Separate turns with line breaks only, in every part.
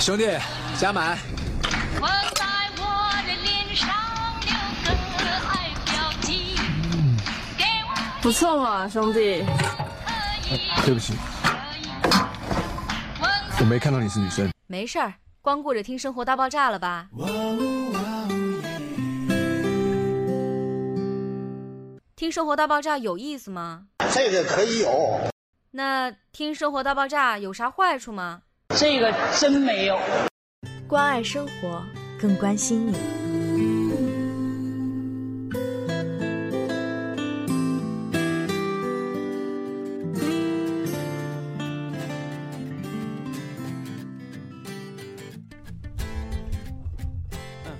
兄弟，加满。
我在我的脸上留个爱标记，给我
不错嘛，兄弟。
可以
对不起，
可以。我
我没看到你是女生。
没事儿，光顾着听《生活大爆炸》了吧？听《生活大爆炸》有意思吗？
这个可以有，
那听《生活大爆炸》有啥坏处吗？
这个真没有。
关爱生活，更关心你。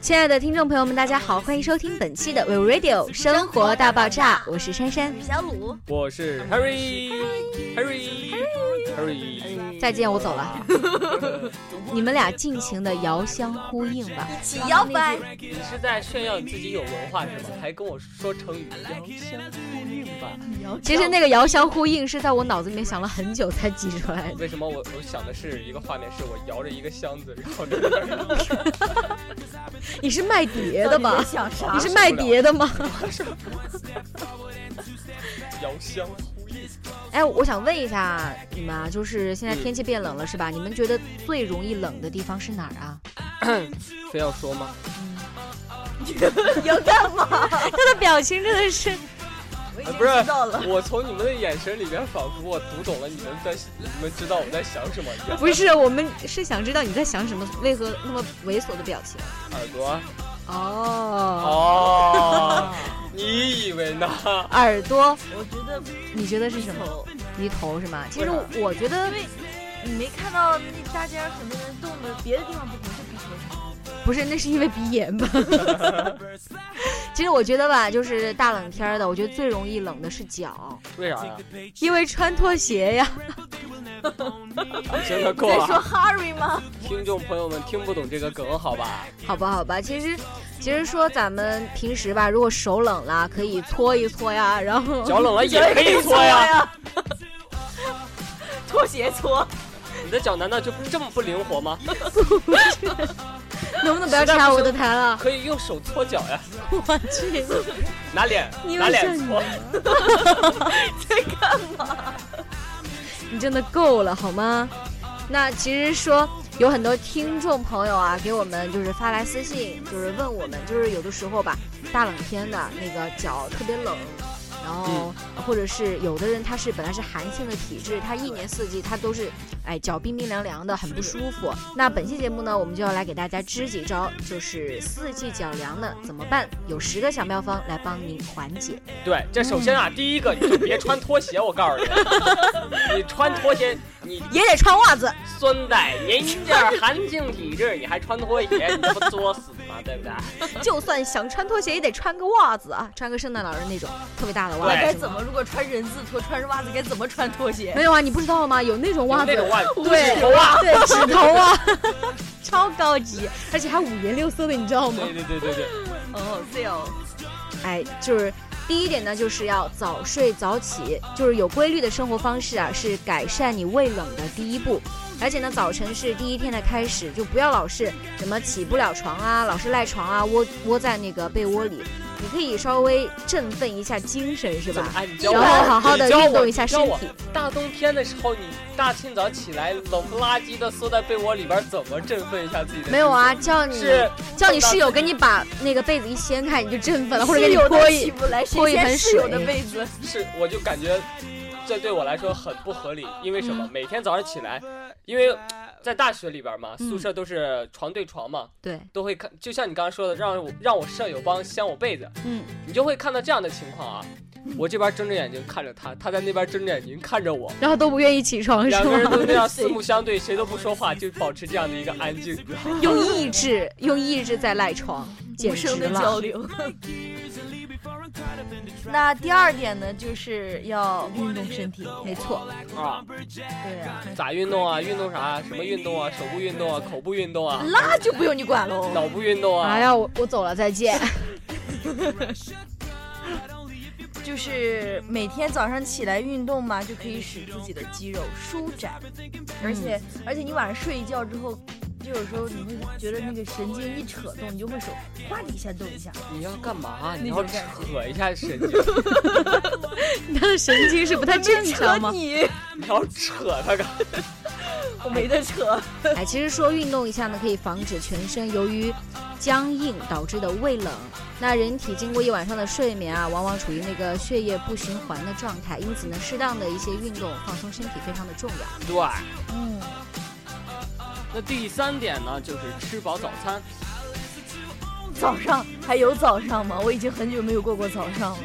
亲爱的听众朋友们，大家好，欢迎收听本期的 We Radio 生活大爆炸，我是珊珊。
小鲁，
我是 Harry，Harry，Harry，
再见，我走了。你们俩尽情的遥相呼应吧。
一起摇摆。
你是在炫耀你自己有文化是吗？还跟我说成语“遥相呼应”吧？
其实那个遥相呼应是在我脑子里面想了很久才挤出来的。
为什么我我想的是一个画面，是我摇着一个箱子，然后这个那儿
你是卖碟的吧？
想 啥
你是卖碟的吗？
遥相呼应。
哎，我想问一下你们啊，就是现在天气变冷了是吧？你们觉得最容易冷的地方是哪儿啊？
非要说吗？
要干嘛？
他的表情真的是，
我已
啊
经
不是
知道了。，
我从你们的眼神里面，仿佛我读懂了你们在，你们知道我在想什么一样。
不是我们是想知道你在想什么，为何那么猥琐的表情？
耳朵？
哦，
哦， 你以为呢？
耳朵，
我觉得
你觉得是什么？
丑，
离头是吗？其
对
实
啊
我觉得
你没看到那大街上很多人动的，别的地方不可能是鼻头。
不是，那是因为鼻炎吧。其实我觉得吧，就是大冷天儿的，我觉得最容易冷的是脚，
为啥呀？
因为穿拖鞋呀。
你真的够
在
了
说。Harry 吗？
听众朋友们听不懂这个梗，好吧？
好吧，好吧，其实其实说咱们平时吧，如果手冷了，可以搓一搓呀，然后
脚冷了也可以搓 呀。
呀，拖鞋搓，
你的脚难道就这么不灵活吗？
能不能不要插我的啊台 了？
可以用手搓脚呀，
我去，
拿脸
你
拿
们
脸
像你
搓。
你真的够了好吗？那其实说有很多听众朋友啊，给我们就是发来私信，就是问我们，就是有的时候吧，大冷天的那个脚特别冷。然后，或者是有的人他是本来是寒性的体质，他一年四季他都是，哎，脚冰冰凉凉的，很不舒服。那本期节目呢，我们就要来给大家支几招，就是四季脚凉了怎么办？有十个小妙方来帮您缓解。
对，这首先
嗯
啊，第一个你就别穿拖鞋，我告诉 你，你穿拖鞋，你
也得穿袜子，
孙子，您这儿寒性体质，你还穿拖鞋，你这不作死吗？对不对？
就算想穿拖鞋，也得穿个袜子啊，穿个圣诞老人那种特别大的袜
对
子。
该
是吗
怎么？如果穿人字拖，穿着袜子该怎么穿拖鞋？
没有啊，你不知道吗？有那种袜子，
有那种袜子
对
指头袜
对，指头袜， 超高级，而且还五颜六色的，你知道吗？
对对对对对，
很好笑。
哎，就是第一点呢，就是要早睡早起，就是有规律的生活方式啊，是改善你畏冷的第一步。而且呢，早晨是第一天的开始，就不要老是什么起不了床啊，老是赖床啊，窝窝在那个被窝里。你可以稍微振奋一下精神，是吧？
哎，你教
然
我，
后好好的
你教我
运动一下身。
你教
体
我。大冬天的时候，你大清早起来冷不拉几的缩在被窝里边，怎么振奋一下自己的？
没有啊，，叫你
是
叫你室友给你把那个被子一掀开，你就振奋了，或者给
室
你
友
泼
的
一
起不来，
泼
谁
一盆
先室友
水
的被子？
是，我就感觉这对我来说很不合理，因为什么？
嗯
每天早上起来，因为在大学里边嘛，
嗯
宿舍都是床对床嘛，
对，
都会看，就像你刚刚说的，让我让我舍友帮掀我被子，
嗯，
你就会看到这样的情况啊。我这边睁着眼睛看着他，他在那边睁着眼睛看着我，
然后都不愿意起床是
两个人
吗？
都那样四目相对，谁都不说话，就保持这样的一个安静。
用意志， 用意志在赖床，简
无
直
声的
了
交。 流。那第二点呢，就是要运动身体。
没错，
啊，
对啊，
咋运动啊？运动啥？什么运动啊？手部运动啊？口部运动啊？
那就不用你管 喽。
脑部运动
哎
啊？
呀，我我走了，再见。
就是每天早上起来运动嘛，就
嗯
可以使自己的肌肉舒展，而且而且你晚上睡一觉之后，就有时候你会觉得那个神经一扯动，你就会手哗的一下动一下。
你要干嘛？啊你
那
要
种感
扯一下神经，
你的神经是不太正常吗？
你，
你要扯它干嘛？
我没得扯。
哎，其实说运动一下呢，可以防止全身由于僵硬导致的胃冷。那人体经过一晚上的睡眠啊，往往处于那个血液不循环的状态，因此呢，适当的一些运动放松身体非常的重要。
对。
嗯，
那第三点呢，就是吃饱早餐。
早上还有早上吗？我已经很久没有过过早上了。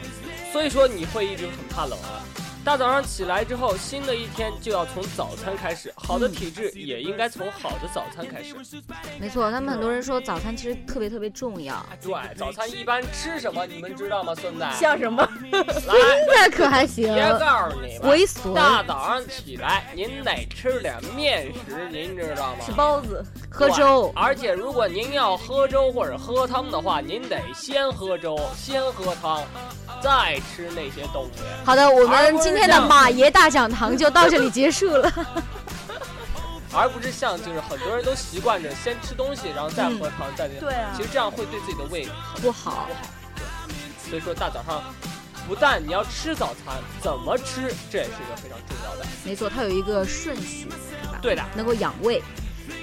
所以说你会一直很怕冷啊。大早上起来之后，新的一天就要从早餐开始。好的体质也应该从好的早餐开始。
没错，他们很多人说早餐其实特别特别重要，
对，早餐一般吃什么，你们知道吗？孙
哎
子，
像什么？
来，
那可还行
别告诉你们，
猥琐，
大早上起来您得吃点面食，您知道吗
吃？包子。
喝粥
对，而且如果您要喝粥或者喝汤的话，您得先喝粥，先喝汤，再吃那些东西。
好的，我
而
们
不是
今天的
像
马爷大讲堂就到这里结束了。
而不是像就是很多人都习惯着先吃东西，然后再喝汤，再那
对啊
其实这样会对自己的胃很
不好
不好。对所以说大早上，不但你要吃早餐，怎么吃，这也是一个非常重要的。
没错，它有一个顺序，对啊吧？
对的，
能够养胃。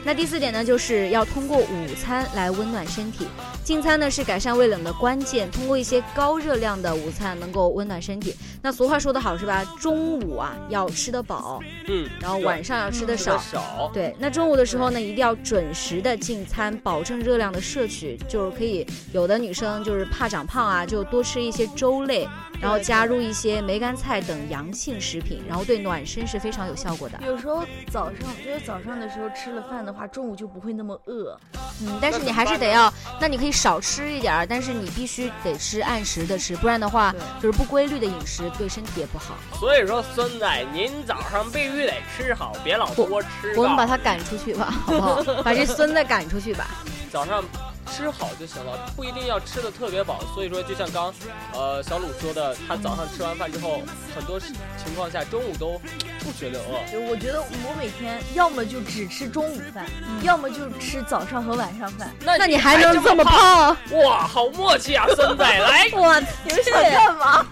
那第四点呢，就是要通过午餐来温暖身体。进餐呢是改善胃冷的关键，通过一些高热量的午餐能够温暖身体。那俗话说得好是吧？中午啊要吃得饱，
嗯，
然后
对
晚上要吃得
吃的
少。
少，
对，那中午的时候呢，一定要准时的进餐，保证热量的摄取，就是可以。有的女生就是怕长胖啊，就多吃一些粥类，然后加入一些梅干菜等阳性食品，然后对暖身是非常有效果的。
有时候早上，我觉得早上的时候吃了饭的话，中午就不会那么饿。
嗯，但是
那
你
怎么
还是
办
得要，那你可以少吃一点儿，但是你必须得吃按时的吃，不然的话就是不规律的饮食对身体也不好。
所以说孙子，您早上必须得吃好，别老多吃。
我们把他赶出去 吧，好不好？把这孙子赶出去 吧。
早上吃好就行了，不一定要吃的特别饱。所以说，就像刚，呃，小鲁说的，他早上吃完饭之后，很多情况下中午都不觉得饿。
就我觉得我每天要么就只吃中午饭，要么就吃早上和晚上饭。
那
那你还能
这
这么
胖？
胖？
哇，好默契啊，孙仔！来，
我
你们想干嘛？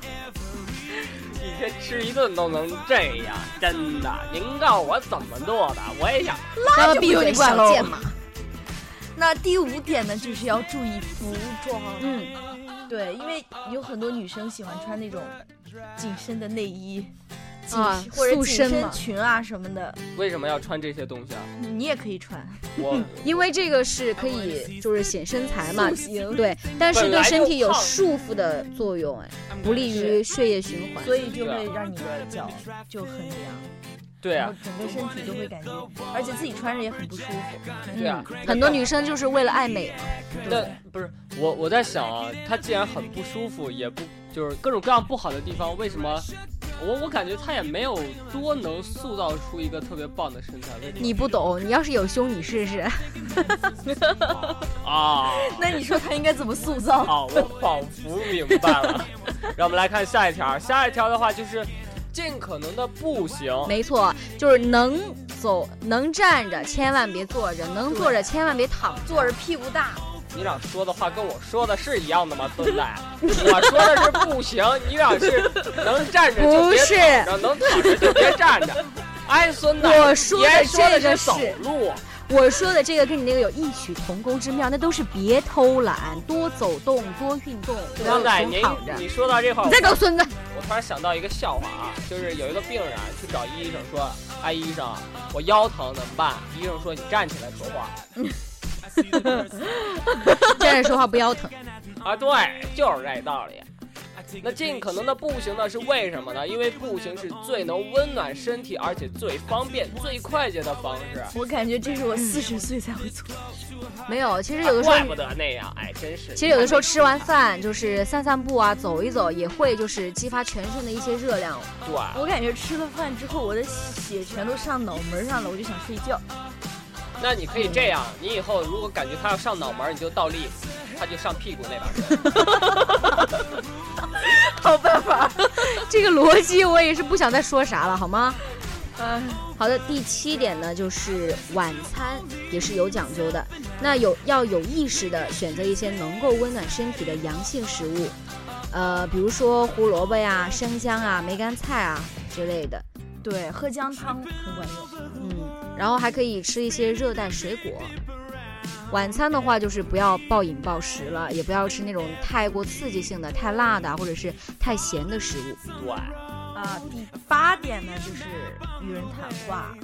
一天吃一顿都能这样，真的。您告诉我怎么做的，我也想。
那
就
闭
不
嘴，
习惯
小
喽
贱马。
那第五点呢，就是要注意服装。
嗯，
对，因为有很多女生喜欢穿那种紧身的内衣，紧、
啊
或者
塑
紧
身嘛
身裙啊什么的，
为什么要穿这些东西啊？
你也可以穿。
我
因为这个是可以就是显身材嘛
塑，形
对，但是
本
对
来
身
就
体有
胖
束缚的作用，哎， 不利于血液循环。
所以就会让你的脚就很凉，
对
然
啊
后，整个身体都会感觉，而且自己穿着也很不舒服。嗯
对啊，
很多女生就是为了爱美嘛，
那不是我我在想啊，她既然很不舒服，也不就是各种各样不好的地方，为什么？我我感觉她也没有多能塑造出一个特别棒的身材，为什
你不懂，你要是有胸，你试试。
么 啊？
那你说他应该怎么塑造？
好，我仿佛明白了。 让我们来看下一条，下一条的话就是尽可能的步行。
没错，就是能走能站着，千万别坐着；能坐着，千万别躺着。
坐着屁股大，
你俩说的话跟我说的是一样的吗，孙仔？ 我说的是步行，你俩是能站着就别躺着，能躺着就别站着。 哎，孙子，
我说的
你还说
这个
是走
是
路，
我说的这个跟你那个有异曲同工之妙，那都是别偷懒，多走动，多运动，不要
孙仔，
总
您
躺着。
你说到这块儿，
你再
我
搞孙子，
我突然想到一个笑话啊，就是有一个病人啊去找医生说：“哎，医生，我腰疼怎么办？”医生说：“你站起来说话。”
站着说话不腰疼。
啊，对，就是这道理。那尽可能的步行呢，是为什么呢？因为步行是最能温暖身体，而且最方便、最快捷的方式。
我感觉这是我四十岁才会做。
没有，其实有的时候
啊怪不得那样，哎，真是。
其实有的时候吃完饭就是散散步啊，走一走也会就是激发全身的一些热量。
对，
我感觉吃了饭之后，我的血全都上脑门上了，我就想睡觉。
那你可以这样，你以后如果感觉它要上脑门儿，你就倒立，它就上屁股那边儿。
这个逻辑我也是不想再说啥了，好吗？
哎，
好的，第七点呢，就是晚餐也是有讲究的。那有要有意识的选择一些能够温暖身体的阳性食物，呃，比如说胡萝卜呀、生姜啊、梅干菜啊之类的。
对，喝姜汤很管用。
嗯，然后还可以吃一些热带水果。晚餐的话，就是不要暴饮暴食了，也不要吃那种太过刺激性的、太辣的啊或者是太咸的食物。
对，
啊，第八点呢，就是与人谈话，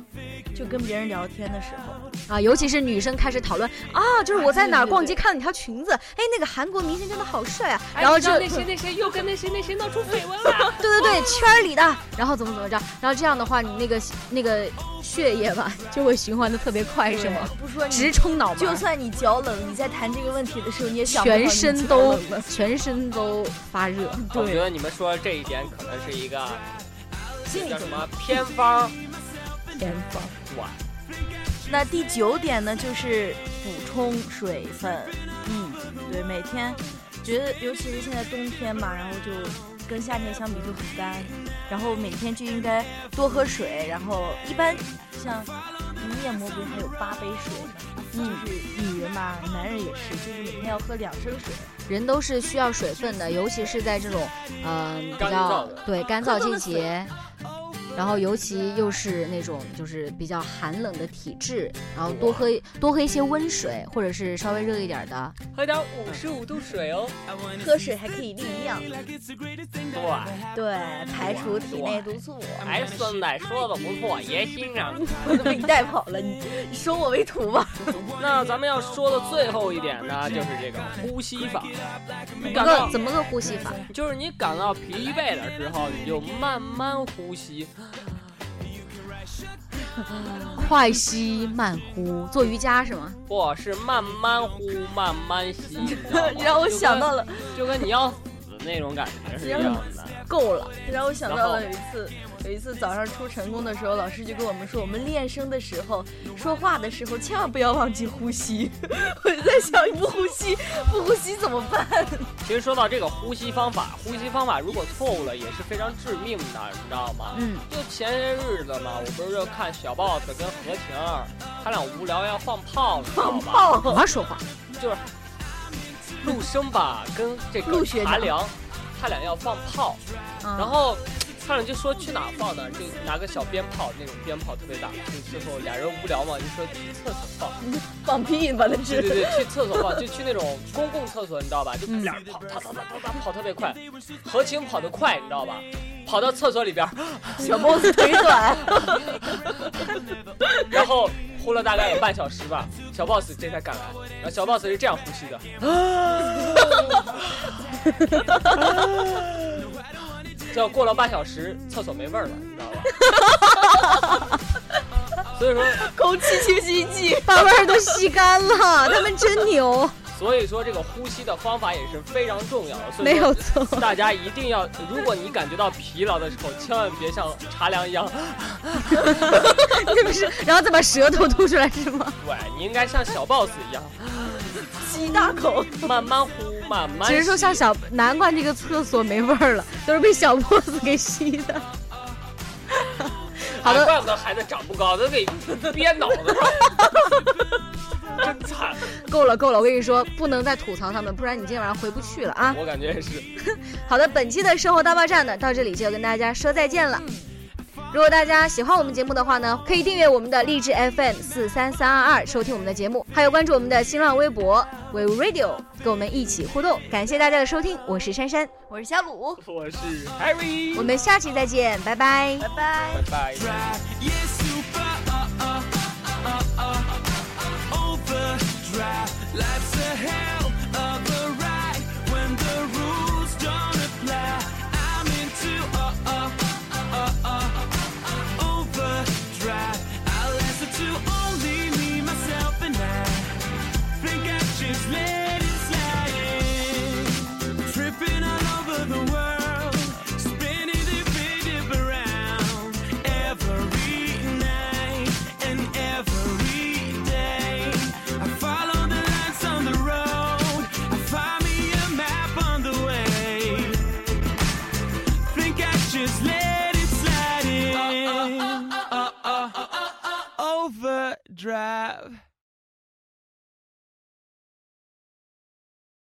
就跟别人聊天的时候，
啊，尤其是女生开始讨论啊，就是我在哪儿逛街看到你条裙子，哎，那个韩国明星真的好帅啊，
哎
然后就
那谁那谁又跟那谁那谁闹出绯闻了，
对对
哦
对，圈儿里的，然后怎么怎么着，然后这样的话，你那个那个血液吧就会循环的特别快，是吗？
对？不说
哎直
你，
冲脑门，
就算你脚冷，你在谈这个问题的时候，你也想不到你
全身都
脚冷了
全身都发热。
我觉得你们说的这一点可能是一个
心里
叫
就
什么偏方。
偏方。
哇，
那第九点呢，就是补充水分。嗯，对，每天觉得，尤其是现在冬天嘛，然后就跟夏天相比就很干，然后每天就应该多喝水。然后一般像面膜不是还有八杯水吗？就是女人嘛，男人也是，就是每天要喝两升水。
人都是需要水分的，尤其是在这种嗯、比
干
较
燥的
对干燥
喝多
季
了
节，然后尤其又是那种就是比较寒冷的体质，然后多喝多喝一些温水，或者是稍微热一点的。
喝点五十五度水哦。
喝水还可以利尿，
对，
对，排除体内毒素。
哎，酸奶说的不错，爷欣赏。
我都被你带跑了，你你收我为徒 吧。
那咱们要说的最后一点呢，就是这个呼吸法。你
怎
感
么
到
个怎么个呼吸法？
就是你感到疲惫的时候，你就慢慢呼吸。
快吸慢呼，做瑜伽是吗？
不是慢慢呼，慢慢吸，你 知道吗
让我想到
了，
了，
就跟你要死那种感觉是一样的。
够了，让我想到了
然
有一次，有一次早上出晨功的时候，老师就跟我们说，我们练声的时候，说话的时候千万不要忘记呼吸。 我就在想，不呼吸，不呼吸怎么办？
其实说到这个呼吸方法，呼吸方法如果错误了也是非常致命的，你知道吗？
嗯，
就前些日子嘛，我不是就看小 boss 跟何晴儿，他俩无聊要放炮，你知道吧？
哦好好说话。
就是陆生吧跟这个
陆学
茶
长啊
凉，他俩要放炮，然后他俩就说去哪放呢？就拿个小鞭炮，那种鞭炮特别大。就最后俩人无聊嘛，就说去厕所放。
放屁吧，那
对对
是。
对，去厕所放，就去那种公共厕所，你知道吧？就俩人跑，跑跑跑跑跑跑特别快，何晴跑得快，你知道吧？跑到厕所里边儿，
小 boss 腿短，
然后呼了大概有半小时吧，小 boss 这才赶来。然后小 boss 是这样呼吸的，这样过了半小时，厕所没味儿了，你知道吧？ 所以说，
空气清新剂。
把味儿都吸干了，他们真 牛，
所以说这个呼吸的方法也是非常重要的。所以
没
说
有错。
大家一定要，如果你感觉到疲劳的时候，千万别像茶凉一样，
这不是，然后再把舌头吐出来是吗？
对你应该像小 boss 一样，
吸一大口，
慢慢呼，慢慢吸。
哎只是说像小，难怪这个厕所没味儿了，都是被小波子给吸的。 好
哎
的，
怪不得孩子长不高，都给憋脑子 上，真惨。
够了够了，我跟你说，不能再吐槽他们，不然你今天晚上回不去了啊！
我感觉也是。
好的，本期的生活大爆炸呢，到这里就要跟大家说再见了。如果大家喜欢我们节目的话呢，可以订阅我们的荔枝 FM 四三三二二收听我们的节目，还有关注我们的新浪微博 We Radio，跟我们一起互动。感谢大家的收听，我是珊珊，
我是小鲁，
我是 Harry，
我们下期再见，拜拜。
拜拜。
拜拜。
Yes, you